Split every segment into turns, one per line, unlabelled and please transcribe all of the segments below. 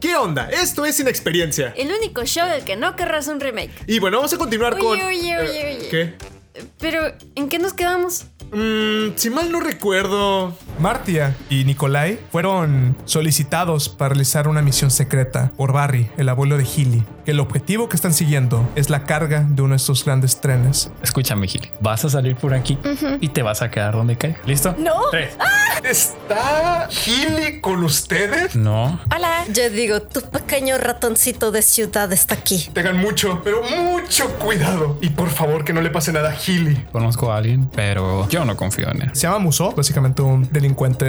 ¿Qué onda? Esto es Inexperiencia.
El único show del que no querrás un remake.
Y bueno, vamos a continuar
Oye,
con.
oye, oye,
eh,
oye.
¿Qué?
Pero, ¿en qué nos quedamos?
Mm, si mal no recuerdo.
Martia y Nikolai fueron solicitados para realizar una misión secreta por Barry, el abuelo de Healy, que el objetivo que están siguiendo es la carga de uno de estos grandes trenes.
Escúchame, Gil. Vas a salir por aquí y te vas a quedar donde caiga. ¿Listo?
No.
Tres.
¿Está Gilly con ustedes?
No.
Hola.
Yo digo, tu pequeño ratoncito de ciudad está aquí.
Tengan mucho, pero mucho cuidado. Y por favor, que no le pase nada a Gilly.
Conozco a alguien, pero yo no confío en él.
Se llama Muso, básicamente un delincuente.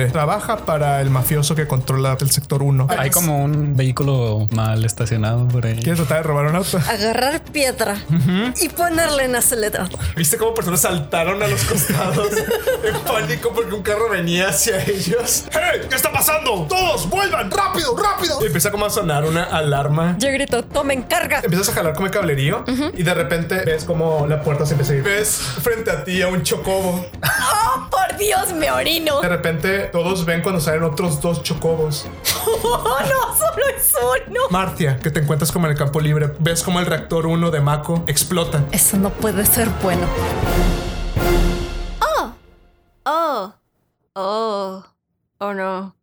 Trabaja para el mafioso que controla el sector 1.
Hay como un vehículo mal estacionado por ahí.
Quiere tratar de robar un auto.
Agarrar piedra y ponerle en acelerador.
¿Viste cómo personas saltaron a los costados en pánico porque un carro venía hacia ellos?
¡Hey! ¿Qué está pasando? ¡Todos vuelvan! ¡Rápido, rápido!
Y empieza como a sonar una alarma.
Yo grito, tomen carga.
Empiezas a jalar como el cablerío y de repente ves como la puerta se empieza a ir.
Ves frente a ti a un chocobo.
¡Oh, por Dios, me orino!
De repente todos ven cuando salen otros dos chocobos.
¡Oh, no, solo es uno!
Martia, que te encuentras como en el campo libre, ves como el reactor 1 de Mako explota.
Eso no puede ser bueno.
Oh. Oh. Oh, no.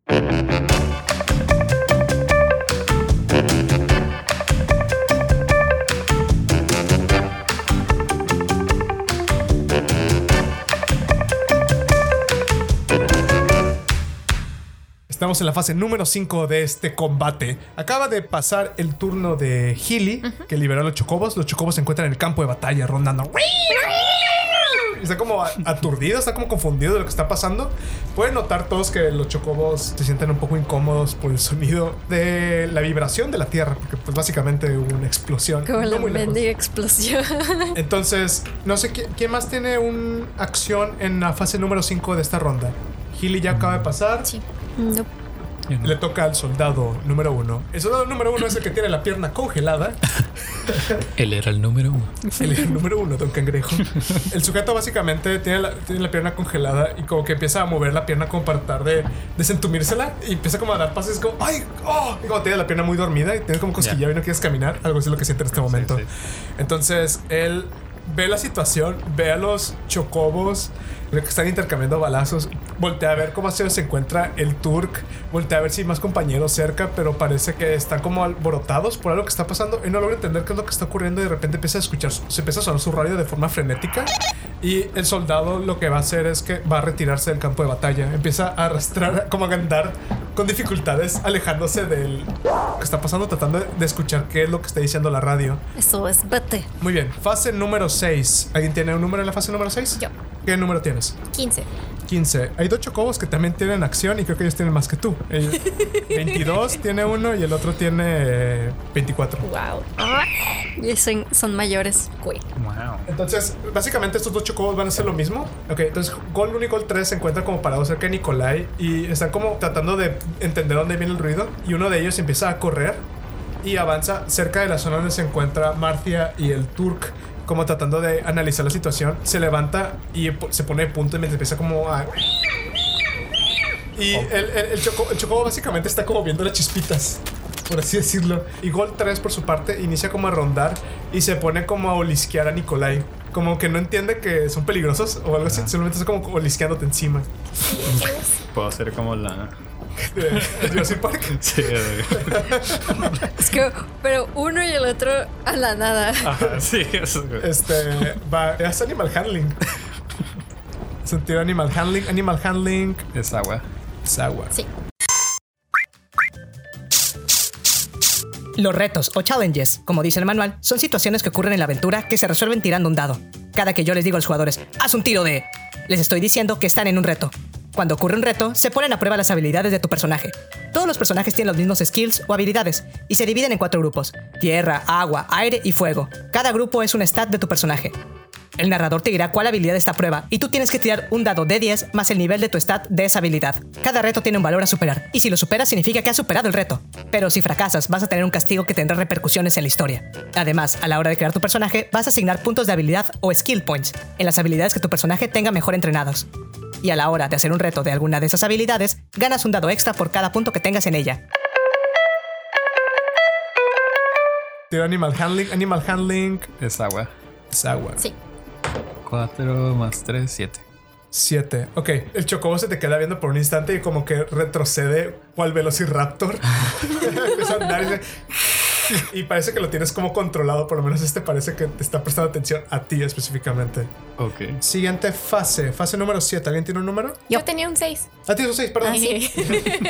Estamos en la fase número 5 de este combate. Acaba de pasar el turno de Healy, que liberó a los chocobos. Los chocobos se encuentran en el campo de batalla rondando. Está como a- aturdido, está como confundido de lo que está pasando. Pueden notar todos que los chocobos se sienten un poco incómodos por el sonido de la vibración de la tierra, porque pues básicamente hubo una explosión.
Como
No
la
muy lejos.
mendiga explosión.
Entonces, no sé quién, quién más tiene una acción en la fase número 5 de esta ronda. Healy ya acaba de pasar.
sí. No.
Le toca al soldado número uno. El soldado número uno es el que tiene la pierna congelada.
Él era el número uno.
El número uno, don cangrejo. El sujeto básicamente tiene la, tiene la pierna congelada y como que empieza a mover la pierna como para tratar de desentumírsela y empieza como a dar pases como, ¡ay! ¡Oh! Y como tiene la pierna muy dormida y tiene como cosquilleo y no quieres caminar. Algo así es lo que siente en este momento.
sí.
Entonces, él ve la situación, ve a los chocobos ve que están intercambiando balazos, voltea a ver cómo se se encuentra el Turk, voltea a ver si hay más compañeros cerca, pero parece que están como alborotados por algo que está pasando y no logra entender qué es lo que está ocurriendo y de repente empieza a escuchar, se empieza a sonar su radio de forma frenética y el soldado lo que va a hacer es que va a retirarse del campo de batalla, empieza a arrastrar, como a andar con dificultades, alejándose del que está pasando, tratando de escuchar qué es lo que está diciendo la radio.
Eso es, vete.
Muy bien, fase número 6. ¿Alguien tiene un número en la fase número 6?
Yo.
¿Qué número tienes?
15.
15. Hay dos chocobos que también tienen acción y creo que ellos tienen más que tú. El 22 tiene uno y el otro tiene 24.
Wow. Y son, son mayores. Güey.
Wow.
Entonces, básicamente estos dos chocobos van a hacer lo mismo. Ok, entonces Gol 1 y Gol 3 se encuentran como parados cerca de Nikolai y están como tratando de entender dónde viene el ruido. Y uno de ellos empieza a correr y avanza cerca de la zona donde se encuentra Marcia y el Turk. Como tratando de analizar la situación, se levanta y po- se pone de punto y mientras empieza como a y el, el, el choco- el chocobo básicamente está como viendo las chispitas, por así decirlo. Y Gol 3, por su parte, inicia como a rondar y se pone como a olisquear a Nikolai. Como que no entiende que son peligrosos o algo así, simplemente está como olisqueándote encima.
Puedo hacer como la.
Eh, Jurassic Park.
Sí,
Es que, pero uno y el otro a la nada.
Ajá, sí, eso es-
Este, va, es Animal Handling. Sentido Animal Handling, Animal Handling,
Es agua.
es agua.
Los retos o challenges, como dice el manual, son situaciones que ocurren en la aventura que se resuelven tirando un dado. Cada que yo les digo a los jugadores, haz un tiro de... Les estoy diciendo que están en un reto. Cuando ocurre un reto, se ponen a prueba las habilidades de tu personaje. Todos los personajes tienen los mismos skills o habilidades y se dividen en cuatro grupos. Tierra, agua, aire y fuego. Cada grupo es un stat de tu personaje. El narrador te dirá cuál habilidad está a prueba y tú tienes que tirar un dado de 10 más el nivel de tu stat de esa habilidad. Cada reto tiene un valor a superar y si lo superas significa que has superado el reto. Pero si fracasas vas a tener un castigo que tendrá repercusiones en la historia. Además, a la hora de crear tu personaje vas a asignar puntos de habilidad o skill points en las habilidades que tu personaje tenga mejor entrenados. Y a la hora de hacer un reto de alguna de esas habilidades, ganas un dado extra por cada punto que tengas en ella.
tiro Animal Handling. Animal Handling
Es agua.
es agua.
Sí.
4 más 3, 7.
Siete. Ok, el chocobo se te queda viendo por un instante y como que retrocede cual velociraptor. Empieza a andar y, se- y parece que lo tienes como controlado, por lo menos este parece que te está prestando atención a ti específicamente.
Ok.
Siguiente fase, fase número 7. ¿Alguien tiene un número?
Yo tenía un 6.
Ah, tienes un 6, perdón.
Ah, sí.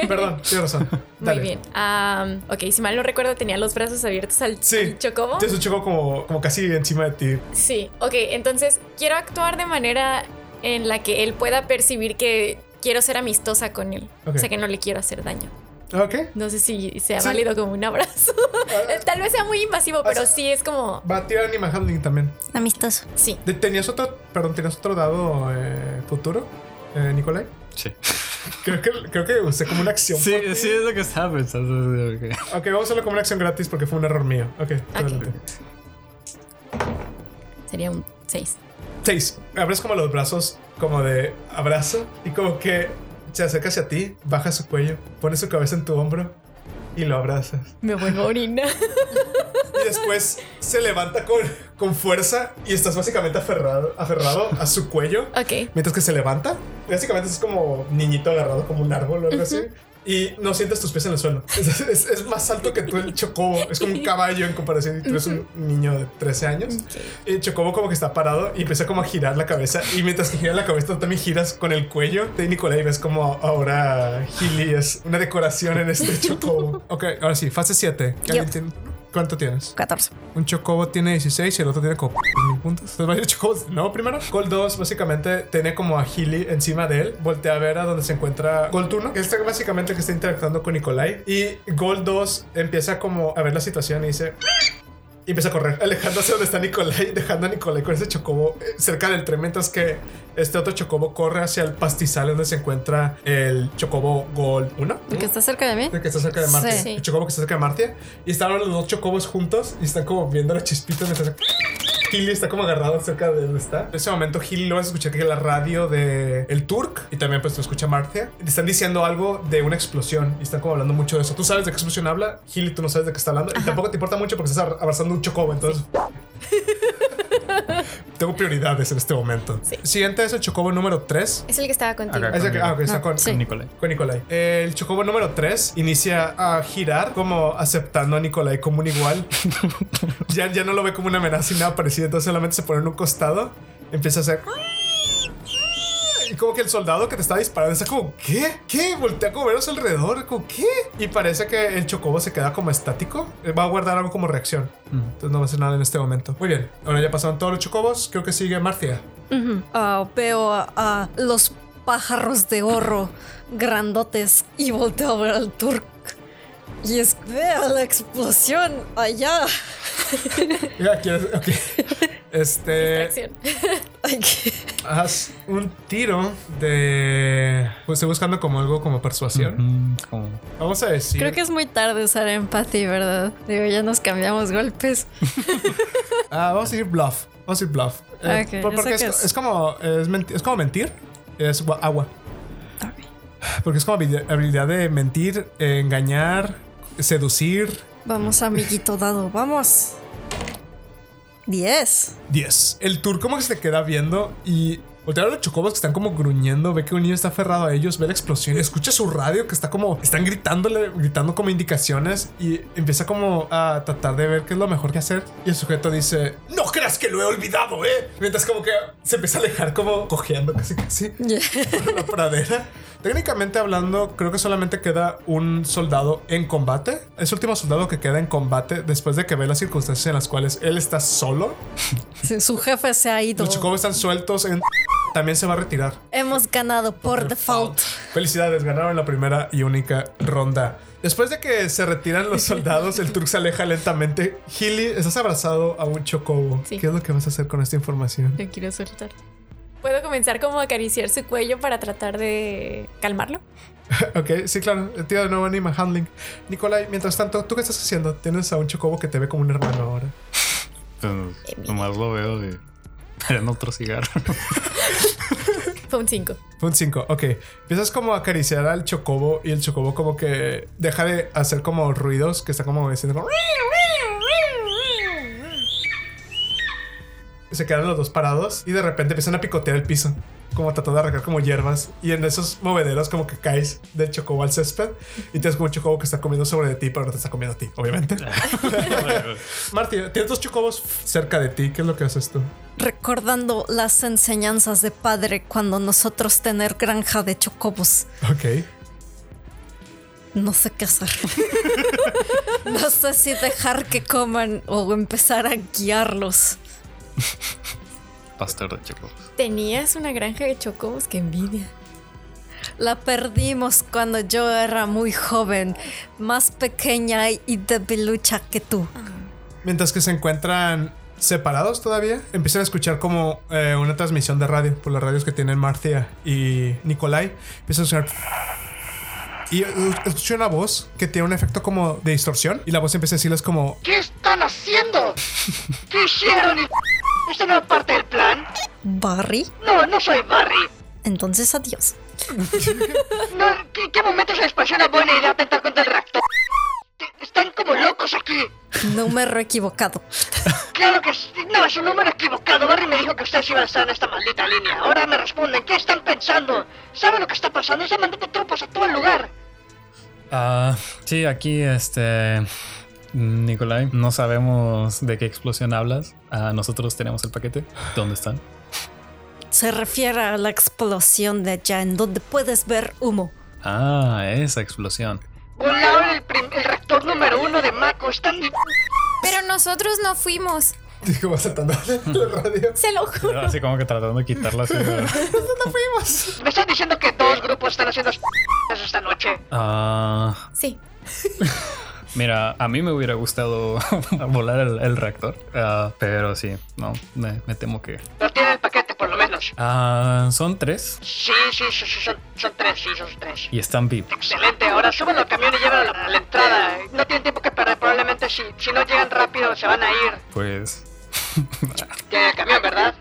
perdón, tienes razón. Dale.
Muy bien. Am, ok, si mal no recuerdo, tenía los brazos abiertos al
Sí.
al chocobo.
Tienes un chocobo como, como casi encima de ti.
Sí, ok, entonces quiero actuar de manera en la que él pueda percibir que quiero ser amistosa con él.
Ok.
O sea, que no le quiero hacer daño.
Ok.
No sé si sea
Sí.
válido como un abrazo. Tal vez sea muy invasivo, pero
sea-
sí es como...
Va a tirar Animal Handling también.
Amistoso.
Sí.
De- ¿Tenías otro, perdón, tenías otro dado eh, futuro, eh, Nicolai?
Sí.
Creo que, creo que usé como una acción. por ti.
Sí, sí, es lo que estaba pensando. Ok.
Ok, vamos a hacerlo como una acción gratis porque fue un error mío. Ok, adelante.
Sería un 6.
Seis. Abres como los brazos, como de abrazo, y como que se acerca hacia ti, baja su cuello, pone su cabeza en tu hombro y lo abrazas.
Me vuelvo a orinar.
Y después se levanta con, con fuerza y estás básicamente aferrado, aferrado a su cuello.
Ok.
Mientras que se levanta, básicamente es como niñito agarrado como un árbol o algo así. Y no sientes tus pies en el suelo. Es, es- es más alto que tú el chocobo. Es como un caballo en comparación. y Tú eres un niño de 13 años. Y el chocobo como que está parado y empieza como a girar la cabeza. Y mientras que gira la cabeza, tú también giras con el cuello de Nicolai. Y ves como ahora Gili es una decoración en este chocobo. Ok, ahora sí, fase 7.
Yo.
¿Cuánto tienes?
14.
Un chocobo tiene 16 y el otro tiene como mil puntos. Entonces varios chocobos. No, primero. Gold 2 básicamente tiene como a Healy encima de él. Voltea a ver a donde se encuentra Gold 1, que es básicamente el que está interactuando con Nikolai. Y Gold 2 empieza como a ver la situación y dice... Y empieza a correr, alejándose donde está Nicolai, dejando a Nicolai con ese chocobo eh, cerca del tren, mientras que este otro chocobo corre hacia el pastizal donde se encuentra el chocobo Gold 1.
¿El que
¿Eh?
está cerca de mí?
El que está cerca de Marte.
Sí.
El chocobo que está cerca de Marte. Y están ahora los dos chocobos juntos y están como viendo las chispitas mientras. Hilly está como agarrado cerca de donde está. En ese momento, Hilly lo vas a escuchar que la radio de el Turk y también, pues, lo escucha Marcia. Le están diciendo algo de una explosión y están como hablando mucho de eso. Tú sabes de qué explosión habla, Hilly, tú no sabes de qué está hablando y tampoco te importa mucho porque estás ab- abrazando un chocobo. Entonces, tengo prioridades en este momento. Siguiente es el chocobo número 3.
Es el que estaba contigo.
Acá.
Ah, es el que- ah, ok, está
No,
con-
sí.
Con Nicolai.
con Nicolai. El chocobo número 3 inicia a girar como aceptando a Nicolai como un igual. ya, ya no lo ve como una amenaza ni nada parecido, entonces solamente se pone en un costado, empieza a hacer... Y como que el soldado que te está disparando está como, ¿qué? ¿Qué? Voltea como a ver a su alrededor, como, ¿qué? Y parece que el chocobo se queda como estático. eh, Va a guardar algo como reacción. Entonces no va a hacer nada en este momento. Muy bien, ahora ya pasaron todos los chocobos. Creo que sigue Marcia.
Mm.
Ujú. Ah, veo a, a los pájaros de oro grandotes y volteo a ver al Turk. Y es, vea la explosión allá.
Ya, ¿quieres? Ok. Este...
Acción.
Ay, qué-
Haz un tiro de. Pues estoy buscando como algo como persuasión.
Mm, como-
Vamos a decir.
Creo que es muy tarde usar empatía, ¿verdad? Digo, ya nos cambiamos golpes.
Ah, vamos a decir bluff. Vamos a decir bluff. Eh,
Ok,
por-
yo
porque
sé
es,
que es-
es como. Es, menti- es como mentir. Es gua- agua. Porque es como habil- habilidad de mentir, eh, engañar, seducir.
Vamos, amiguito dado, vamos. 10.
10. El tour como que se te queda viendo y voltea a los chocobos que están como gruñendo, ve que un niño está aferrado a ellos, ve la explosión, escucha su radio que está como, están gritándole, gritando como indicaciones y empieza como a tratar de ver qué es lo mejor que hacer y el sujeto dice, no creas que lo he olvidado, eh. Mientras como que se empieza a alejar como cojeando casi casi por la pradera. Técnicamente hablando, creo que solamente queda un soldado en combate. Es el último soldado que queda en combate después de que ve las circunstancias en las cuales él está solo
Sí, Su jefe se ha ido.
los chocobos están sueltos. en- También se va a retirar.
Hemos ganado por default.
Felicidades, ganaron la primera y única ronda. Después de que se retiran los soldados, el Turk se aleja lentamente. Hilly, estás abrazado a un chocobo.
Sí.
¿Qué es lo que vas a hacer con esta información?
Lo quiero soltar. ¿Puedo comenzar como a acariciar su cuello para tratar de calmarlo?
ok, sí, claro. Tío de nuevo anima handling. Nicolai, mientras tanto, ¿tú qué estás haciendo? Tienes a un chocobo que te ve como un hermano ahora.
Pues, nomás lo veo y. En otro cigarro.
Fue un 5.
Fue un 5, ok. Empiezas como a acariciar al chocobo y el chocobo como que deja de hacer como ruidos que está como diciendo como... se quedan los dos parados y de repente empiezan a picotear el piso, como tratando de arrancar como hierbas. Y en esos movederos, como que caes del chocobo al césped y tienes como un chocobo que está comiendo sobre de ti, pero no te está comiendo a ti, obviamente. Marty, tienes dos chocobos cerca de ti. ¿Qué es lo que haces tú?
Recordando las enseñanzas de padre cuando nosotros tener granja de chocobos.
Ok.
No sé qué hacer. no sé si dejar que coman o empezar a guiarlos.
Pastor de choco.
Tenías una granja de chocobos, que envidia.
La perdimos cuando yo era muy joven, más pequeña y debilucha que tú.
Mientras que se encuentran separados todavía, empiezan a escuchar como eh, una transmisión de radio por las radios que tienen Marcia y Nikolai. Empiezan a escuchar. Y eh, escuchan una voz que tiene un efecto como de distorsión. Y la voz empieza a decirles como.
¿Qué están haciendo? ¿Qué hicieron? ¿Esto no es parte del plan?
Barry,
No, no soy Barry.
entonces adiós.
No, ¿qué, qué momento se les pareció una buena idea atentar contra el reactor? Te- Están como locos aquí.
Número equivocado.
Claro que sí. No, es un número equivocado. Barry me dijo que ustedes iban a estar en esta maldita línea. Ahora me responden. ¿Qué están pensando? ¿Saben lo que está pasando? Están mandando tropas a todo el lugar.
Ah, sí, aquí este. Nicolai, no sabemos de qué explosión hablas. Ah, nosotros tenemos el paquete. ¿Dónde están?
Se refiere a la explosión de allá en donde puedes ver humo.
Ah, esa explosión.
Volaron el, prim- el reactor número uno de Mako. Están...
Pero nosotros no fuimos.
Digo, vas saltando la radio.
Se lo juro.
Así como que tratando de quitarla. así de-
Me están diciendo que dos grupos están haciendo esta noche.
Ah,
Sí.
mira, a mí me hubiera gustado volar el, el reactor. Ah, pero sí, no, me, me temo que.
No tienen el paquete, por lo menos.
Ah, son tres
Sí, sí, sí, sí, son, son tres, sí, son tres.
y están VIP.
Excelente, ahora suban al camión y llévenlo a la entrada. No tienen tiempo que perder, probablemente si, si no llegan rápido se van a ir.
Pues
Tienen el camión, ¿verdad?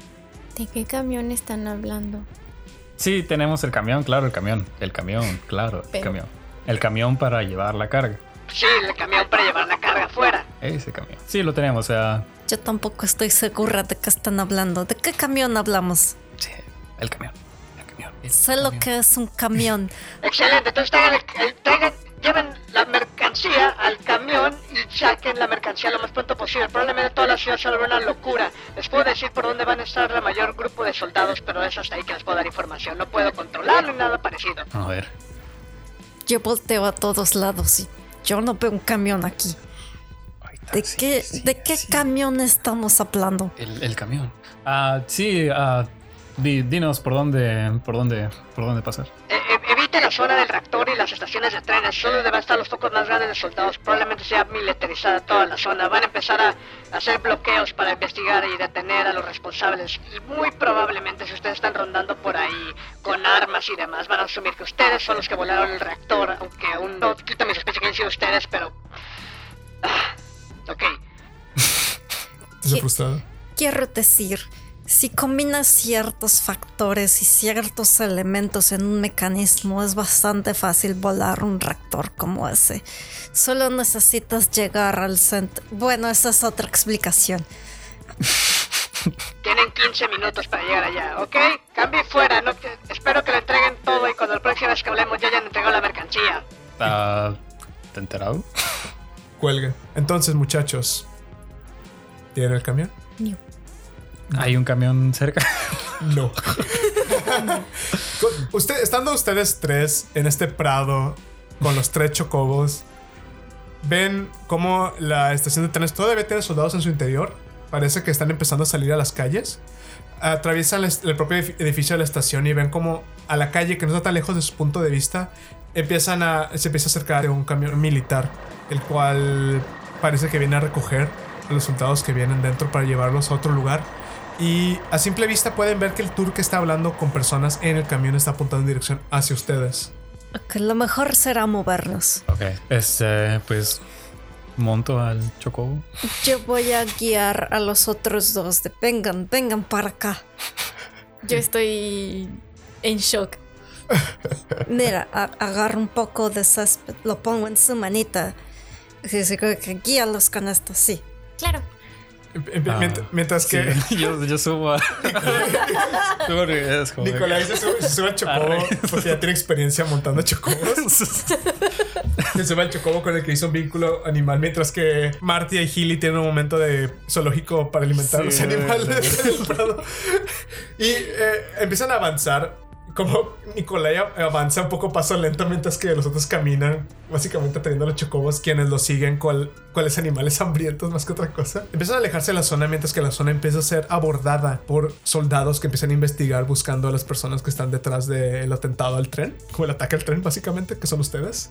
¿De qué camión están hablando?
Sí, tenemos el camión, claro, el camión. El camión, claro, el
Pero-
camión. El camión para llevar la carga.
Sí, el camión para llevar la carga afuera.
Ese camión. Sí, lo tenemos, o sea,
Yo tampoco estoy segura de qué están hablando. ¿De qué camión hablamos?
sí, el camión. El camión. el
Sé lo
camión.
que es un camión.
Excelente, entonces traigan, el- el- traigan- lleven la mercancía al camión y saquen la mercancía lo más pronto posible. Probablemente toda la ciudad se vuelva una locura. Les puedo decir por dónde van a estar el mayor grupo de soldados, pero eso está ahí que les puedo dar información. No puedo controlarlo ni nada parecido.
A ver.
Yo volteo a todos lados y yo no veo un camión aquí.
Ay,
¿De
taxi,
qué,
sí,
de qué
sí.
camión estamos hablando?
El, el camión. Ah, sí, ah, di- dinos por dónde, por dónde, por dónde pasar.
Eh, eh, evite la zona del reactor y las estaciones de trenes. Solo deben estar los focos más grandes de soldados. Probablemente sea militarizada toda la zona. Van a empezar a hacer bloqueos para investigar y detener a los responsables. Y muy probablemente, si ustedes están rondando por ahí con armas y demás, van a asumir que ustedes son los que volaron el reactor. Aunque aún no quita mi sospecha que han sido ustedes, pero. Ah, ok.
Estás frustrado.
Quiero decir, si combinas ciertos factores y ciertos elementos en un mecanismo, es bastante fácil volar un reactor como ese. Solo necesitas llegar al centro. Bueno, esa es otra explicación.
Tienen 15 minutos para llegar allá, ¿ok? Cambie fuera. No te- Espero que le entreguen todo y cuando la próxima vez que hablemos ya hayan entregado la mercancía.
Ah, ¿Te enterado?
Cuelga. Entonces, muchachos, ¿tienen el camión?
¿Hay un camión cerca?
No. Con- Usted, estando ustedes tres en este prado con los tres chocobos, ven cómo la estación de trenes todavía tiene soldados en su interior. Parece que están empezando a salir a las calles. Atraviesan la est- el, propio edif- edificio de la estación y ven como a la calle, que no está tan lejos de su punto de vista, empiezan a, se empieza a acercar un camión militar, el cual parece que viene a recoger a los soldados que vienen dentro para llevarlos a otro lugar. Y a simple vista pueden ver que el tour que está hablando con personas en el camión está apuntando en dirección hacia ustedes.
Ok, lo mejor será movernos.
Ok. Este, pues monto al chocobo.
Yo voy a guiar a los otros dos de vengan, vengan para acá.
Yo estoy en shock.
Mira, a- agarro un poco de césped, lo pongo en su manita. Sí, sí, creo que guíalos con esto, sí.
Claro.
Em, Mient- Mientras, que
Ah, Sí, yo, yo subo a. subo a es como-
Nicolai se sube, se sube al chocobo
Arre.
porque ya tiene experiencia montando chocobos. Se sube al chocobo con el que hizo un vínculo animal, mientras que Marty y Healy tienen un momento de zoológico para alimentar a los
Sí,
animales en el prado. Y eh, empiezan a avanzar. Como Nicolai av- avanza un poco paso lento mientras que los otros caminan, básicamente teniendo a los chocobos quienes los siguen, cual- cuáles animales hambrientos más que otra cosa. Empiezan a alejarse de la zona mientras que la zona empieza a ser abordada por soldados que empiezan a investigar buscando a las personas que están detrás del atentado al tren, como el ataque al tren básicamente, que son ustedes.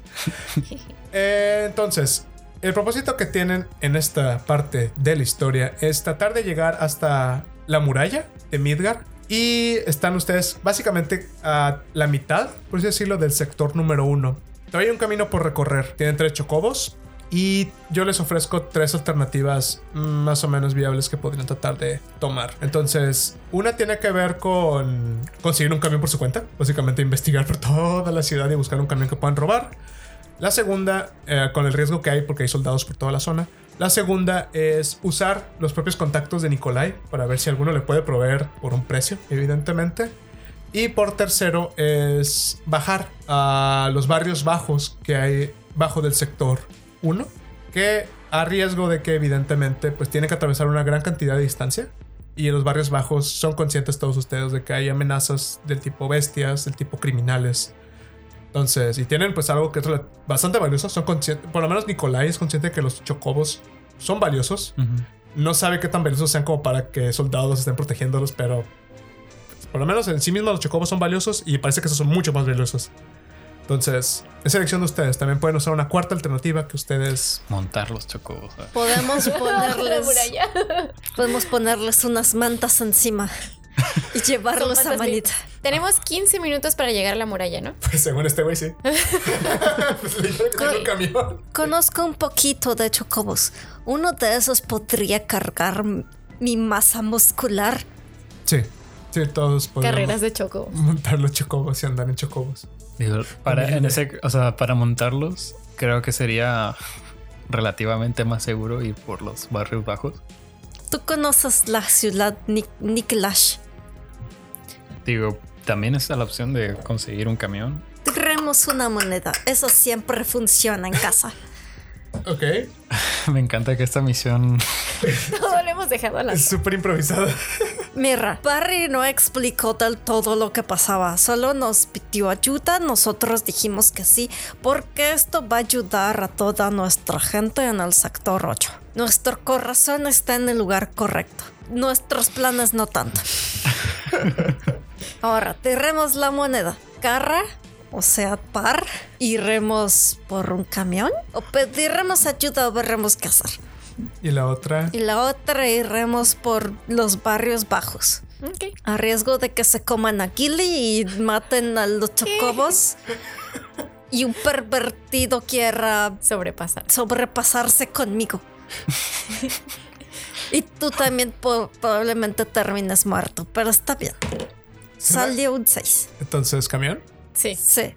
Eh, entonces, el propósito que tienen en esta parte de la historia es tratar de llegar hasta la muralla de Midgar. Y están ustedes básicamente a la mitad, por así decirlo, del sector número uno. Todavía hay un camino por recorrer. Tienen tres chocobos. Y yo les ofrezco tres alternativas mm, más o menos viables que podrían tratar de tomar. Entonces, una tiene que ver con conseguir un camión por su cuenta. Básicamente investigar por toda la ciudad y buscar un camión que puedan robar. La segunda, eh, con el riesgo que hay porque hay soldados por toda la zona. La segunda es usar los propios contactos de Nikolai para ver si alguno le puede proveer por un precio, evidentemente. Y por tercero es bajar a los barrios bajos que hay bajo del sector 1, que a riesgo de que evidentemente pues tiene que atravesar una gran cantidad de distancia. Y en los barrios bajos son conscientes todos ustedes de que hay amenazas del tipo bestias, del tipo criminales, entonces, y tienen pues algo que es rela- bastante valioso. Son conscientes, por lo menos Nicolai es consciente de que los chocobos son valiosos.
Ujú.
No sabe qué tan valiosos sean como para que soldados los estén protegiéndolos, pero pues, por lo menos en sí mismos los chocobos son valiosos y parece que esos son mucho más valiosos. Entonces, es elección de ustedes. También pueden usar una cuarta alternativa que ustedes.
Montar los chocobos. ¿sabes?
Podemos
La
ponerles,
muralla.
podemos ponerles unas mantas encima y llevarlos
Son
a
mantas mil-
manita.
Tenemos 15 minutos para llegar a la muralla, ¿no?
Pues según este güey, sí. pues le dijeron que tiene un camión.
Conozco un poquito de chocobos. Uno de esos podría cargar m- mi masa muscular.
Sí, sí, todos
Carreras
podemos
de choco.
montar los chocobos y andar en chocobos.
Digo, para, en ese, o sea, para montarlos, creo que sería relativamente más seguro ir por los barrios bajos.
Tú conoces la ciudad Ni- Niklash.
Digo, también está la opción de conseguir un camión.
Tiremos una moneda. Eso siempre funciona en casa.
Ok,
Me encanta que esta misión
Todo lo hemos dejado a la.
es súper improvisada.
Mira, Barry no explicó del todo lo que pasaba, solo nos pidió ayuda, nosotros dijimos que sí, porque esto va a ayudar a toda nuestra gente en el sector 8. Nuestro corazón está en el lugar correcto, nuestros planes no tanto. Ahora, tiremos la moneda, carra, o sea, par, iremos por un camión o pediremos ayuda o veremos qué hacer.
Y la otra.
Y la otra iremos por los barrios bajos.
Ok.
A riesgo de que se coman a Gilly y maten a los chocobos. y un pervertido quiera
Sobrepasar.
sobrepasarse conmigo. y tú también po- probablemente termines muerto, pero está bien. Salió un 6.
Entonces, camión.
Sí.
Sí.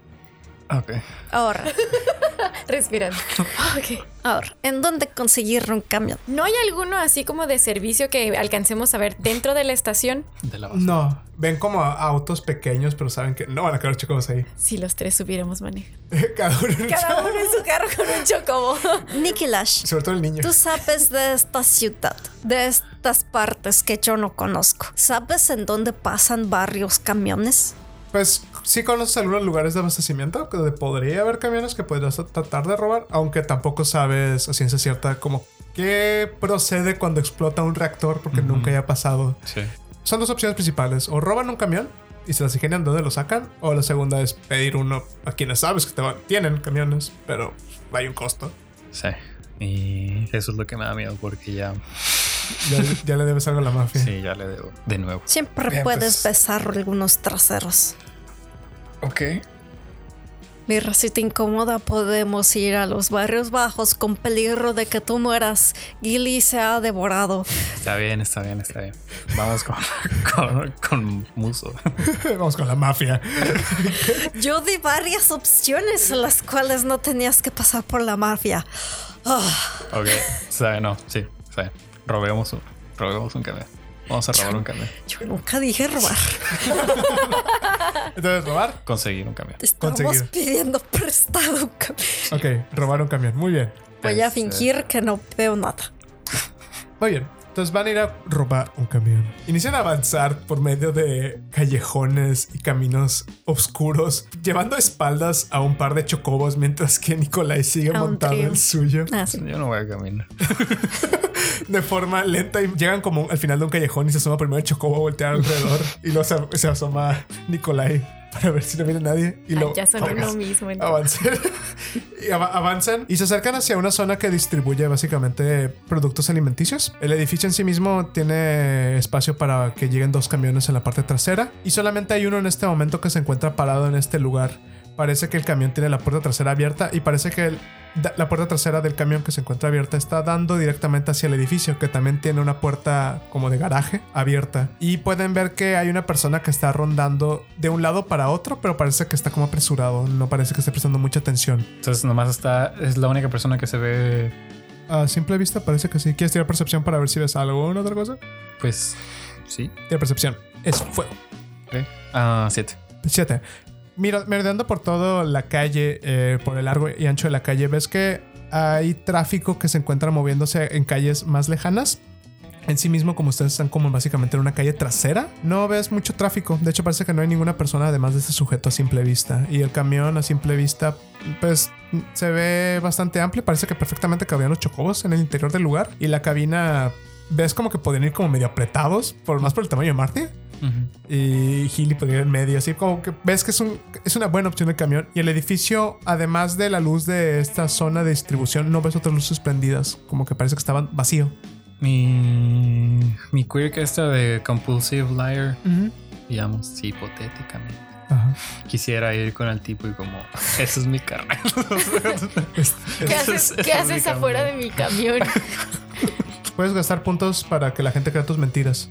Ok.
Ahora,
Respirando. Ok.
ahora, ¿en dónde conseguir un camión?
¿No hay alguno así como de servicio que alcancemos a ver dentro de la estación?
de la base.
No, ven como a- autos pequeños, pero saben que no van a quedar chicos ahí.
Si los tres supiéramos manejar.
Cada uno.
Cada uno en su carro con un chocobo.
Nikilash.
Sobre todo el niño.
Tú sabes de esta ciudad, de estas partes que yo no conozco. ¿Sabes en dónde pasan barrios camiones?
Pues sí conoces algunos lugares de abastecimiento que de- podría haber camiones que podrías tratar de robar, aunque tampoco sabes a ciencia cierta como qué procede cuando explota un reactor porque nunca haya pasado.
Sí.
Son dos opciones principales. O roban un camión y se las ingenian de dónde lo sacan, o la segunda es pedir uno a quienes sabes que te van- tienen camiones, pero hay un costo.
Sí. Y eso es lo que me da miedo porque ya.
Ya, ya le debes algo a la mafia.
Sí, ya le debo. De nuevo.
Siempre
Bien, pues.
puedes besar algunos traseros.
Ok.
Mira, si te incomoda, podemos ir a los barrios bajos con peligro de que tú mueras. Gilly se ha devorado.
Está bien, está bien, está bien. Vamos con, con, con Muso.
Vamos con la mafia.
Yo di varias opciones en las cuales no tenías que pasar por la mafia. Ah,
Ok. Está bien, no. Sí, está bien. Robemos uno. Robemos un café. Vamos a robar un café.
Yo nunca dije robar.
Entonces, robar.
Conseguir un café.
Estamos
Conseguir.
pidiendo prestado un camión.
Ok, robar un camión. Muy bien.
Voy a
Este-
eh.
fingir que no veo nada.
Muy bien. Entonces van a ir a robar un camión. Inician a avanzar por medio de callejones y caminos oscuros, llevando a espaldas a un par de chocobos mientras que Nicolai sigue
A un
montando
trío.
el suyo
Ah, sí.
Yo no voy a caminar.
de forma lenta y llegan como al final de un callejón y se asoma primero el chocobo a voltear alrededor y luego se, se asoma Nicolai para ver si no viene nadie y
Ay,
luego
ya son
avanzan.
uno mismo. entonces.
Avanzan. Y av- avanzan y se acercan hacia una zona que distribuye básicamente productos alimenticios. El edificio en sí mismo tiene espacio para que lleguen dos camiones en la parte trasera y solamente hay uno en este momento que se encuentra parado en este lugar. Parece que el camión tiene la puerta trasera abierta y parece que el- da- la puerta trasera del camión que se encuentra abierta está dando directamente hacia el edificio que también tiene una puerta como de garaje abierta y pueden ver que hay una persona que está rondando de un lado para otro pero parece que está como apresurado no parece que esté prestando mucha atención
Entonces nomás está... Es la única persona que se ve...
A simple vista parece que sí. ¿Quieres tirar percepción para ver si ves algo o otra cosa?
Pues... Sí.
Tira percepción. Es fuego.
Ok. Ah, siete.
Siete. Mira, merodeando por toda la calle, eh, por el largo y ancho de la calle, ves que hay tráfico que se encuentra moviéndose en calles más lejanas. En sí mismo, como ustedes están como básicamente en una calle trasera, no ves mucho tráfico. De hecho, parece que no hay ninguna persona además de este sujeto a simple vista. Y el camión a simple vista, pues se ve bastante amplio. Parece que perfectamente cabían los chocobos en el interior del lugar. Y la cabina, ves como que podrían ir como medio apretados, por más por el tamaño de Marty
Ujú.
y Gilly podría ir en medio. Así como que ves que es, un, es una buena opción el camión. Y el edificio, además de la luz de esta zona de distribución, no ves otras luces prendidas. Como que parece que estaban vacío.
Mi... Mi quirk esta de Compulsive Liar. Digamos, hipotéticamente.
Ajá.
Quisiera ir con el tipo y como... Eso es mi carnal.
¿Qué haces, qué haces afuera de mi camión?
Puedes gastar puntos para que la gente crea tus mentiras.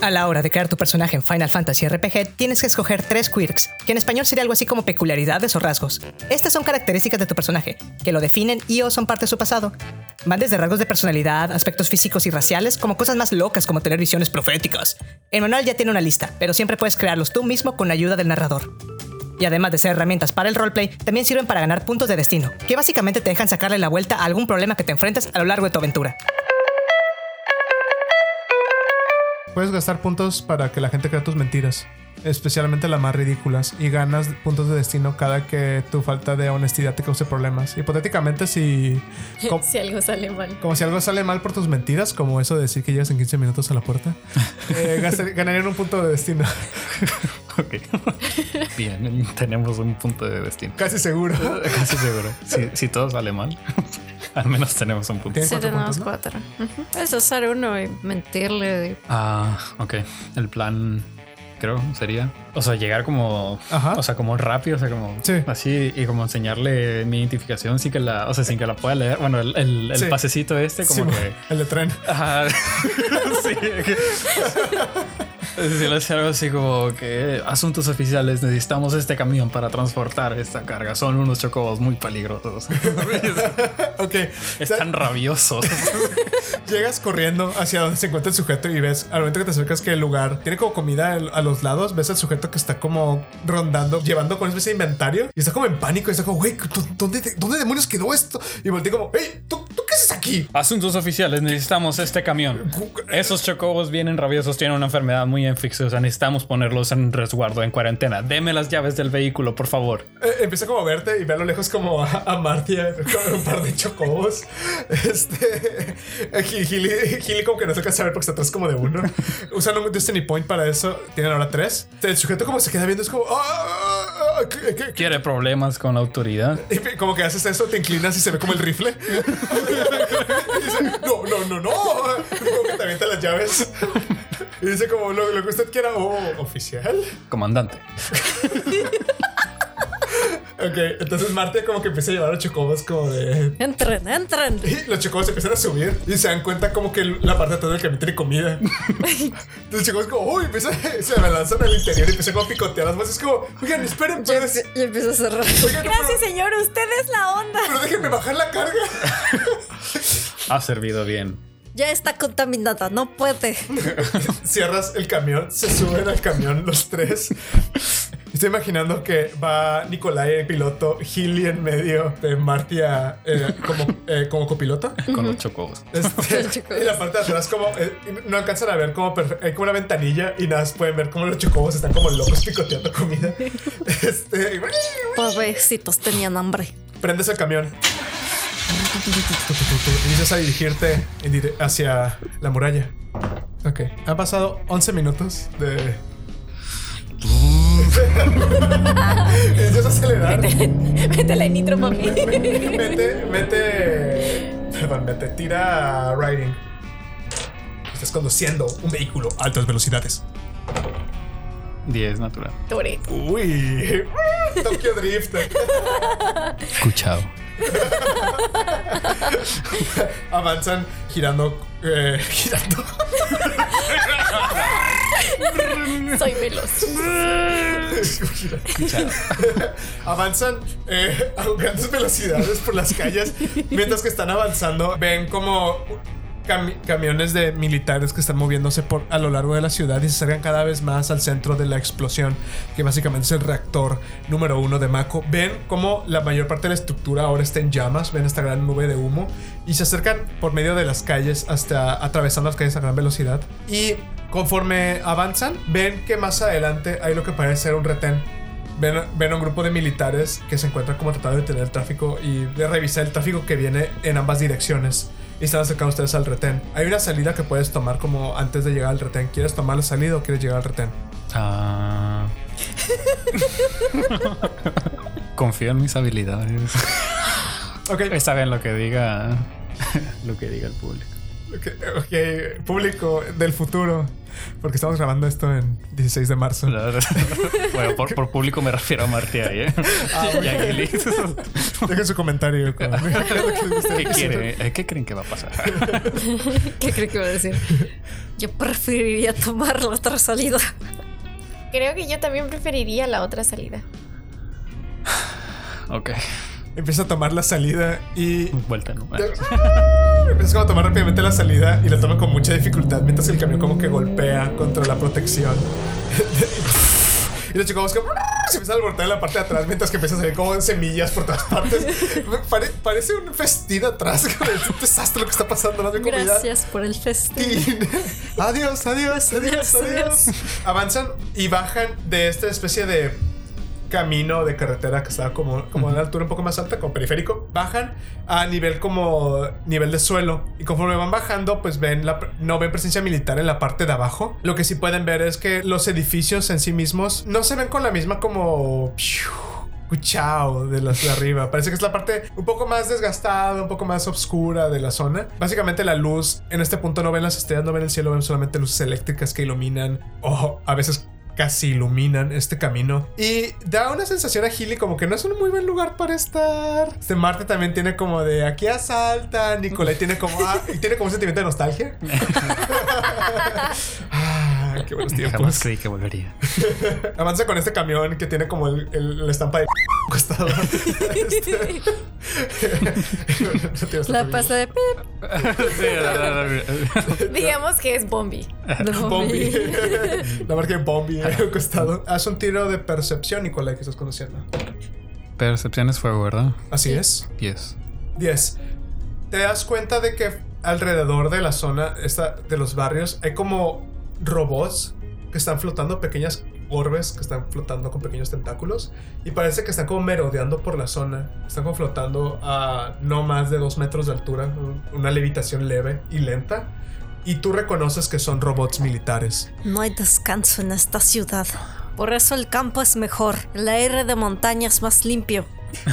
A la hora de crear tu personaje en Final Fantasy RPG, tienes que escoger tres quirks, que en español sería algo así como peculiaridades o rasgos. Estas son características de tu personaje, que lo definen y o son parte de su pasado. Van desde rasgos de personalidad, aspectos físicos y raciales, como cosas más locas como tener visiones proféticas. El manual ya tiene una lista, pero siempre puedes crearlos tú mismo con la ayuda del narrador. Y además de ser herramientas para el roleplay, también sirven para ganar puntos de destino, que básicamente te dejan sacarle la vuelta a algún problema que te enfrentes a lo largo de tu aventura.
Puedes gastar puntos para que la gente crea tus mentiras. Especialmente las más ridículas. Y ganas puntos de destino cada que tu falta de honestidad te cause problemas. Hipotéticamente, si... com-
si algo sale mal.
Como si algo sale mal por tus mentiras, como eso de decir que llegas en 15 minutos a la puerta, eh, gastar- ganarían un punto de destino.
Ok. Bien, tenemos un punto de destino.
Casi seguro.
Casi seguro. Si, si todo sale mal, al menos tenemos un punto.
Tienen
Sí,
cuatro
tenemos
puntos, ¿no?
cuatro. Ujú.
Puedes usar uno y mentirle.
Ah, ok. El plan, creo, sería. O sea, llegar como.
Ajá.
O sea, como rápido, o sea, como.
Sí.
Así y como enseñarle mi identificación sin que la. O sea, sin que la pueda leer. Bueno, el, el- el
Sí.
pasecito este,
Sí,
como que.
El de tren.
Ajá. sí. que- Decirle algo así como que asuntos oficiales, necesitamos este camión para transportar esta carga. Son unos chocobos muy peligrosos.
Ok.
Están rabiosos.
Llegas corriendo hacia donde se encuentra el sujeto y ves, al momento que te acercas que el lugar tiene como comida al- a los lados, ves al sujeto que está como rondando, llevando con una especie de inventario y está como en pánico y está como, güey, ¿dó- ¿dónde, de- dónde demonios quedó esto? Y volteé como, hey, ¿tú, ¿tú qué haces aquí?
Asuntos oficiales, necesitamos este camión. Esos chocobos vienen rabiosos, tienen una enfermedad muy infecciosa. Necesitamos ponerlos en resguardo, en cuarentena. Deme las llaves del vehículo, por favor.
Eh, empieza como a verte y ve a lo lejos como a, a Marty eh, con un par de chocobos. Este. eh, Gil- Gilly, Gilly como que no se alcanza a ver porque está atrás como de uno. Usan un Destiny Point para eso. Tienen ahora tres. El sujeto como se queda viendo es como. "Ah, ah, ah, ¿qué- qué- qué?"
¿Quiere problemas con la autoridad?
Y como que haces eso, te inclinas y se ve como el rifle. Y dice, no, no, no, no. Y Como que te avienta las llaves. Y dice como lo, lo que usted quiera. Oh, oficial.
Comandante.
Ok, entonces Marty como que empieza a llevar a los chocobos como de.
Entren, entren.
Y los chocobos empiezan a subir y se dan cuenta como que la parte de atrás del camión tiene comida. los chocobos como, uy, empiezan, se abalanzan al interior y empiezan como a picotear las voces como, oigan, esperen, pues,
Yo
pero,
empie- yo empiezo a
pues,
cerrar.
oigan, no,
Gracias, señor. Usted es la onda.
pero, pero déjenme bajar la carga.
Ha servido bien.
Ya está contaminada, no puede.
Cierras el camión, se suben al camión los tres. Estoy imaginando que va Nicolai, el piloto, Hilly en medio de Martia como, eh, como copiloto.
Con los chocobos.
Este, y la parte de atrás como eh, no alcanzan a ver como perfe- hay como una ventanilla y nada más pueden ver como los chocobos están como locos picoteando comida. Este, y-
Pobrecitos, tenían hambre.
prendes el camión. Y Empiezas a dirigirte en dire- hacia la muralla. Ok. Han pasado 11 minutos de. Empiezas a acelerar.
Métele en nitro, mami.
Mete, mete. Perdón, mete. Tira riding. Estás conduciendo un vehículo a altas velocidades.
10 natural.
Tore.
Uy. Tokyo Drift.
Escuchado.
Avanzan girando. eh, girando.
Soy veloz.
avanzan eh, a grandes velocidades por las calles. Mientras que están avanzando, ven como cami- camiones de militares que están moviéndose por, a lo largo de la ciudad y se acercan cada vez más al centro de la explosión, que básicamente es el reactor número uno de Mako. Ven como la mayor parte de la estructura ahora está en llamas, ven esta gran nube de humo y se acercan por medio de las calles hasta atravesando las calles a gran velocidad. Y conforme avanzan, ven que más adelante hay lo que parece ser un retén ven, ven a un grupo de militares que se encuentran como tratando de detener el tráfico y de revisar el tráfico que viene en ambas direcciones. Y están acercando ustedes al retén. Hay una salida que puedes tomar como antes de llegar al retén. ¿Quieres tomar la salida o quieres llegar al retén?
Ah. Confío en mis habilidades.
Ok,
Está bien lo que diga. Lo que diga el público.
ok, ok, público del futuro. Porque estamos grabando esto en 16 de marzo.
Bueno, por, por público me refiero a Marti ahí, ¿eh?
Ah,
Y a Gilly.
Dejen su comentario. con-
¿Qué quiere? Eh, ¿Qué creen que va a pasar?
¿Qué creo que va a decir? Yo preferiría tomar la otra salida.
Creo que yo también preferiría la otra salida.
Ok.
Empieza a tomar la salida y
Vuelta, ¿no?
Empiezas como a tomar rápidamente la salida y la toman con mucha dificultad mientras el camión como que golpea contra la protección. y los chicos como se empiezan a voltear en la parte de atrás mientras que empiezan a salir como semillas por todas partes. Pare- parece un festín atrás, como es un desastre lo que está pasando, no de comida.
Gracias por el festín.
adiós, adiós, adiós, adiós. Avanzan y bajan de esta especie de camino de carretera que estaba como, como a una altura un poco más alta, como periférico. Bajan a nivel como nivel de suelo. Y conforme van bajando, pues ven la, pre- no ven presencia militar en la parte de abajo. Lo que sí pueden ver es que los edificios en sí mismos no se ven con la misma como... Cuchao de las de arriba. Parece que es la parte un poco más desgastada, un poco más oscura de la zona. Básicamente la luz en este punto no ven las estrellas, no ven el cielo, ven solamente luces eléctricas que iluminan o a veces casi iluminan este camino. Y da una sensación a Hilly como que no es un muy buen lugar para estar. Este Marte también tiene como de aquí asalta, Nicolai tiene como ah, y tiene como un sentimiento de nostalgia. ah, qué buenos
Este, Jamás
tiempos.
creí que volvería.
Avanza con este camión que tiene como el, el- la estampa de costado. Este- No tiene estampa
La
de-
pasta de pip.
Digamos que es Bombi.
no,
Bombi.
mi-
La marca de Bombi en el costado. Haz un tiro de percepción, Nicolai, que estás conociendo.
Percepción es fuego, ¿verdad?
Así es.
10.
10. Te das cuenta de que alrededor de la zona esta, de los barrios hay como robots que están flotando, pequeñas orbes que están flotando con pequeños tentáculos y parece que están como merodeando por la zona. Están como flotando a no más de dos metros de altura, un- una levitación leve y lenta. Y tú reconoces que son robots militares.
No hay descanso en esta ciudad. Por eso el campo es mejor. El aire de montaña es más limpio.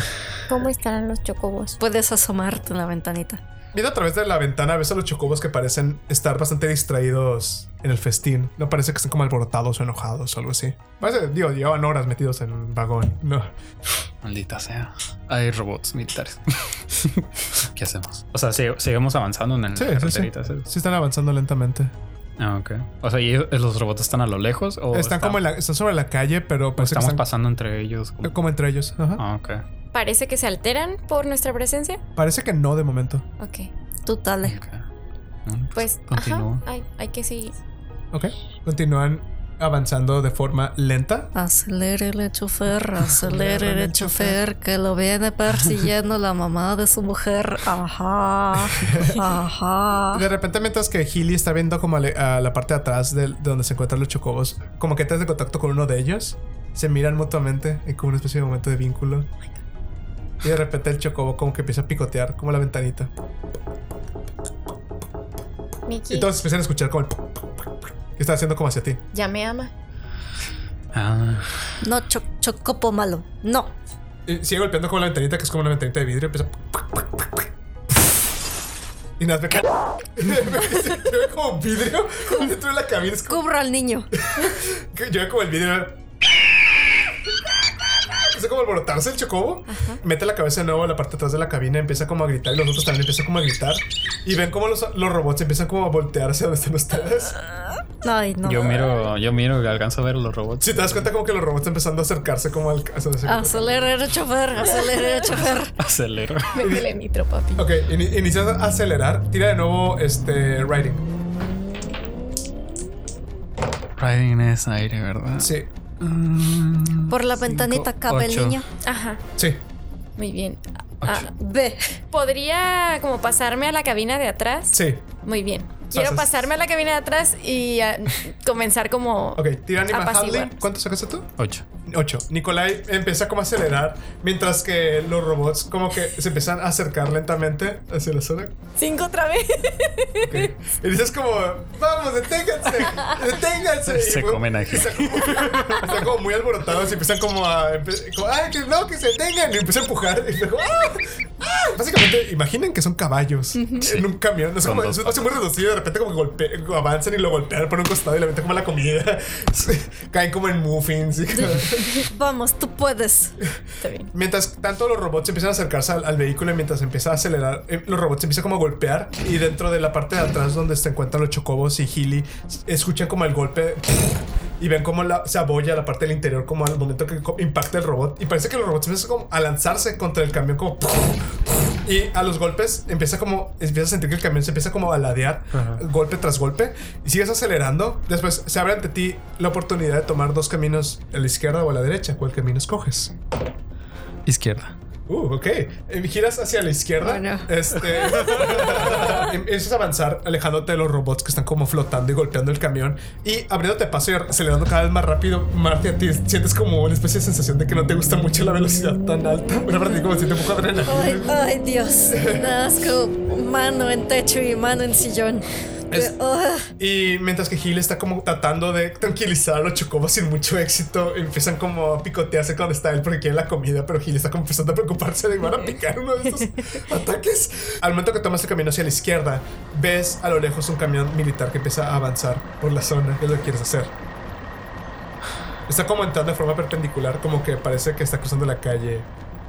¿Cómo estarán los chocobos?
Puedes asomarte en la ventanita.
Viendo a través de la ventana ves a los chocobos que parecen estar bastante distraídos en el festín. No parece que estén como alborotados o enojados o algo así. Parece, digo, llevaban horas metidos en un vagón. No.
Maldita sea. Hay robots militares. ¿Qué hacemos? O sea, ¿sig- seguimos avanzando en el
Sí, sí, sí.
carreterita. ¿sí?
Sí están avanzando lentamente.
Ah, ok. O sea, ¿y ellos- los robots están a lo lejos? O
están como en la, están sobre la calle, pero parece que
Oh, Pues Estamos
están
pasando entre ellos. como-
como entre ellos. Ajá.
Ah, ok.
Parece que se alteran por nuestra presencia.
Parece que no de momento.
Ok.
Tú dale.
Ok. Bueno,
Pues,
continúo.
ajá, hay, hay que seguir.
Ok. Continúan avanzando de forma lenta.
Acelérele, chofer, acelérele, chofer, que lo viene persiguiendo la mamá de su mujer. Ajá, ajá.
De repente, mientras que Healy está viendo como a le- a la parte de atrás de, de donde se encuentran los chocobos, como que estás de contacto con uno de ellos, se miran mutuamente en como una especie de momento de vínculo. Y de repente el chocobo como que empieza a picotear como la ventanita.
Mickey,
Y todos empiezan a escuchar como el... que está haciendo como hacia ti.
ya me ama.
Ah,
No, cho- chocopo malo. No.
Y sigue golpeando como la ventanita, que es como una ventanita de vidrio, y empieza. Y nada, ve que- Yo veo como vidrio, como dentro de la cabina. Es como,
Cubra al niño.
que yo veo como el vidrio. Empieza como a alborotarse el chocobo. Mete la cabeza de nuevo a la parte de atrás de la cabina, empieza como a gritar y los otros también empiezan como a gritar. Y ven como los, los robots empiezan como a voltearse a donde están ustedes.
Ay, no.
yo miro, yo miro, alcanzo a ver los robots.
Si te das cuenta, como que los robots están empezando a acercarse como al. hacia- hacia-
Ah,
Acelérele, chofer, acelérele, chofer.
Acelero.
Métele nitro, papi.
Ok, ini- inicias a acelerar. Tira de nuevo este riding.
Riding es aire, ¿verdad? Mm,
Sí,
Por la ventanita cabe el
ocho.
niño.
Ajá,
sí.
muy bien. Ah,
Ve. Ah,
¿Podría como pasarme a la cabina de atrás?
Sí.
Muy bien. Quiero
Pasas.
pasarme a la cabina de atrás y ah, comenzar como...
Ok, tira Animal
Apaciguar.
Handling. ¿Cuánto sacaste tú?
Ocho.
8. Nikolai empieza como a acelerar mientras que los robots como que se empiezan a acercar lentamente hacia la zona.
Cinco otra vez.
Ok. Y dices como, vamos, deténganse, deténganse.
Se
Y fue-
comen a
y Están como, están como muy alborotados y empiezan como a... empe- como, Ay, que no, que se detengan. Y empiezan a empujar. Y fue como, "Ah, ah". Básicamente, imaginen que son caballos en un camión. Es,
Con
como, es
dos
un espacio muy reducido. De repente como que golpe- avanzan y lo golpean por un costado y le aventan como la comida. Caen como en muffins. y como-
Vamos, tú puedes.
Está bien.
Mientras tanto los robots empiezan a acercarse al, al vehículo y mientras empieza a acelerar, eh, los robots empiezan como a golpear y dentro de la parte de atrás donde se encuentran los chocobos y Healy s- escuchan como el golpe y ven como la- se abolla la parte del interior como al momento que co- impacta el robot y parece que los robots empiezan como a lanzarse contra el camión como y a los golpes empieza como empieza a sentir que el camión se empieza como a ladear golpe tras golpe y sigues acelerando después se abre ante ti la oportunidad de tomar dos caminos a la izquierda o a la derecha cuál camino escoges
Izquierda.
Uh, ok. Eh, Giras hacia la izquierda.
Bueno.
Este. em- empiezas a avanzar, alejándote de los robots que están como flotando y golpeando el camión. Y abriéndote paso y acelerando cada vez más rápido. Marcia, a ti sientes como una especie de sensación de que no te gusta mucho la velocidad tan alta. Una parte de ti como siente un poco de adrenalina.
Ay, ay, Dios. Me asco. Mano en techo y mano en sillón.
Es-
Ah,
Y mientras que Gil está como tratando de tranquilizar a los chocobos sin mucho éxito, empiezan como a picotearse cuando está él porque quiere la comida, pero Gil está como empezando a preocuparse de que van a picar uno de estos ataques. Al momento que tomas el camino hacia la izquierda, ves a lo lejos un camión militar que empieza a avanzar por la zona. ¿Qué es lo que quieres hacer? Está como entrando de forma perpendicular, como que parece que está cruzando la calle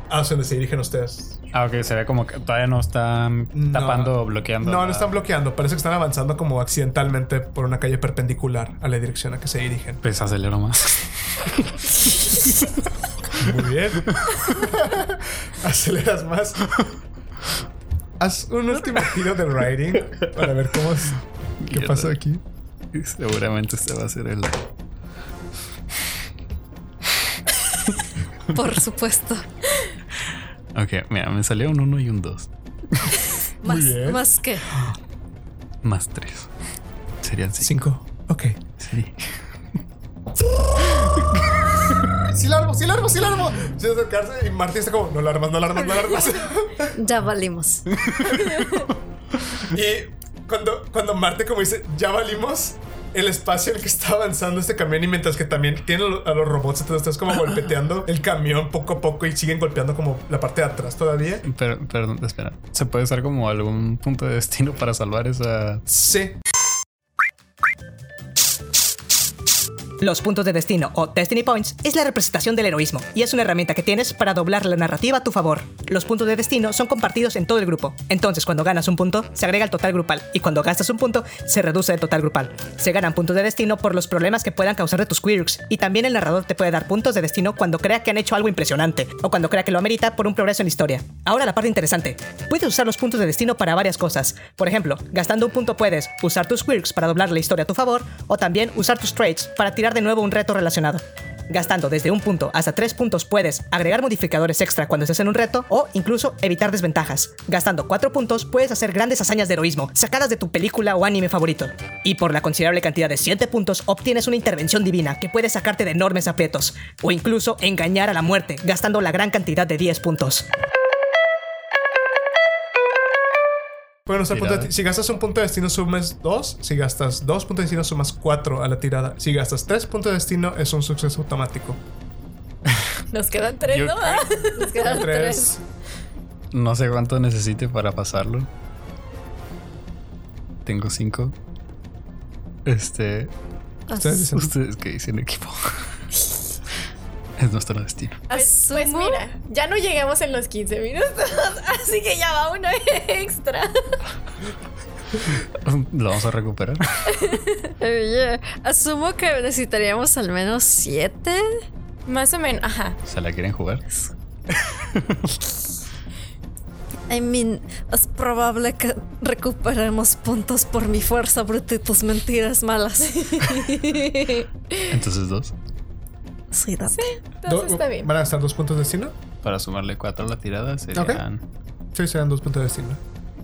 Ah, hacia donde se dirigen ustedes.
Ah, ok, se ve como que todavía no están
No.
tapando o bloqueando.
No,
la-
no están bloqueando, parece que están avanzando como accidentalmente por una calle perpendicular a la dirección a que se dirigen.
Pues acelero más.
Muy bien. Aceleras más. Haz un último tiro de riding para ver cómo es. ¿Qué pasó aquí?
Seguramente este va a ser el.
por supuesto.
Ok, mira, me salió un 1 y un 2.
Más,
bien.
más que.
Más 3. Serían 5.
Cinco. Ok.
Sí.
Sí, largo, sí, largo, sí, largo. Se acercarse y Martín está como, no la armas, no la armas, no la armas.
Ya valimos.
Y cuando, cuando Marte como dice, ya valimos el espacio en el que está avanzando este camión y mientras que también tienen a los robots, entonces estás como golpeteando el camión poco a poco y siguen golpeando como la parte de atrás todavía.
Pero, perdón, espera. ¿Se puede usar como algún punto de destino para salvar esa.
Sí.
Los puntos de destino o Destiny Points es la representación del heroísmo y es una herramienta que tienes para doblar la narrativa a tu favor. Los puntos de destino son compartidos en todo el grupo. Entonces, cuando ganas un punto, se agrega al total grupal y cuando gastas un punto, se reduce el total grupal. Se ganan puntos de destino por los problemas que puedan causar de tus quirks y también el narrador te puede dar puntos de destino cuando crea que han hecho algo impresionante o cuando crea que lo amerita por un progreso en la historia. Ahora la parte interesante. Puedes usar los puntos de destino para varias cosas. Por ejemplo, gastando un punto puedes usar tus quirks para doblar la historia a tu favor o también usar tus traits para tirar de nuevo un reto relacionado. Gastando desde un punto hasta tres puntos puedes agregar modificadores extra cuando estés en un reto o incluso evitar desventajas. Gastando cuatro puntos puedes hacer grandes hazañas de heroísmo, sacadas de tu película o anime favorito. Y por la considerable cantidad de siete puntos obtienes una intervención divina que puede sacarte de enormes aprietos o incluso engañar a la muerte gastando la gran cantidad de 10 puntos.
Bueno, o sea, punto de
Tirada.
ti- si gastas un punto de destino sumas dos. Si gastas dos puntos de destino sumas cuatro a la tirada. Si gastas tres puntos de destino es un suceso automático.
Nos quedan tres,
Yo-
¿no?
Nos quedan
Tres.
tres.
No sé cuánto necesite para pasarlo. Tengo cinco. Este.
Ustedes dicen,
Ustedes que dicen equipo. es nuestro destino.
Pues, pues
Asumo-
mira, ya no llegamos en los 15 minutos, así que ya va uno extra.
Lo vamos a recuperar.
eh,
Oye, Asumo que necesitaríamos al menos siete.
Más o menos, ajá.
¿Se la quieren jugar?
I mean, es probable que recuperemos puntos por mi fuerza bruta y tus mentiras malas.
Entonces dos.
Sí, date.
Entonces
do-
está bien.
¿Van a gastar dos puntos de destino?
Para sumarle cuatro a la tirada serían,
Sí, serán dos puntos de destino.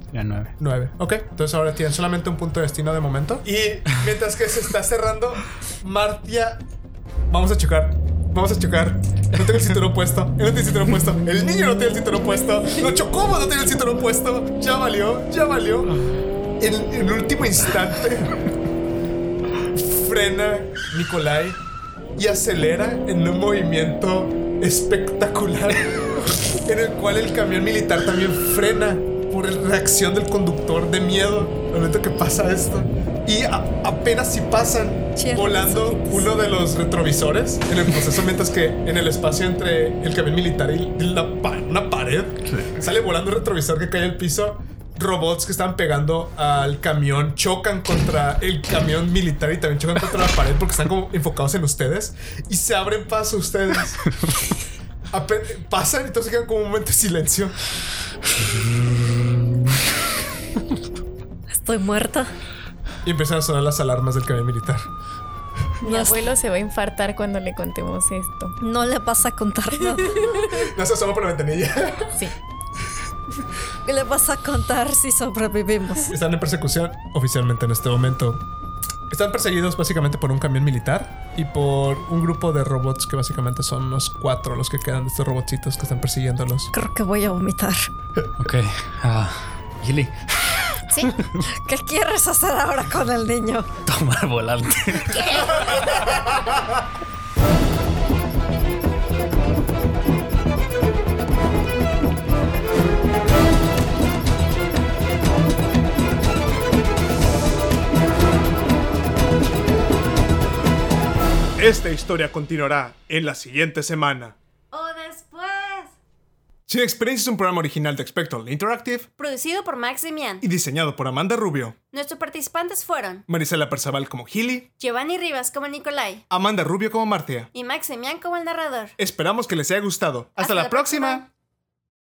serían nueve.
Nueve. Ok, entonces ahora tienen solamente un punto de destino de momento. Y mientras que se está cerrando, Martia. Vamos a chocar. Vamos a chocar. No tengo el cinturón puesto. Él no tiene el cinturón puesto. El niño no tiene el cinturón puesto. Lo chocó, no tiene el cinturón puesto. Ya valió, ya valió. En en el último instante, frena Nikolai y acelera en un movimiento espectacular en el cual el camión militar también frena por la reacción del conductor de miedo al momento que pasa esto. Y a- apenas si pasan
Cierra
volando
los ojitos.
uno de los retrovisores en el proceso, mientras que en el espacio entre el camión militar y la pa- una pared sale volando un retrovisor que cae al piso. Robots que están pegando al camión chocan contra el camión militar y también chocan contra la pared porque están como enfocados en ustedes y se abren paso ustedes. Apen- pasan y todos se quedan como un momento de silencio.
Estoy muerta.
Y empiezan a sonar las alarmas del camión militar.
Mi abuelo se va a infartar cuando le contemos esto.
No le vas a contar nada.
No se asoma por la ventanilla.
Sí.
le vas a contar si sobrevivimos.
Están en persecución oficialmente en este momento. Están perseguidos básicamente por un camión militar y por un grupo de robots que básicamente son los cuatro los que quedan de estos robotcitos que están persiguiéndolos.
Creo que voy a vomitar.
Ok. Ah, Gilly,
¿Qué quieres hacer ahora con el niño?
toma el volante.
Esta historia continuará en la siguiente semana.
O después.
Sin Experience es un programa original de Spectral Interactive
Producido por Max Demian.
y diseñado por Amanda Rubio,
Nuestros participantes fueron
Marisela Perzaval como Gilly,
Giovanni Rivas como Nicolai
Amanda Rubio como Martia.
y Max Demian como el narrador.
Esperamos que les haya gustado. ¡Hasta, la, próxima.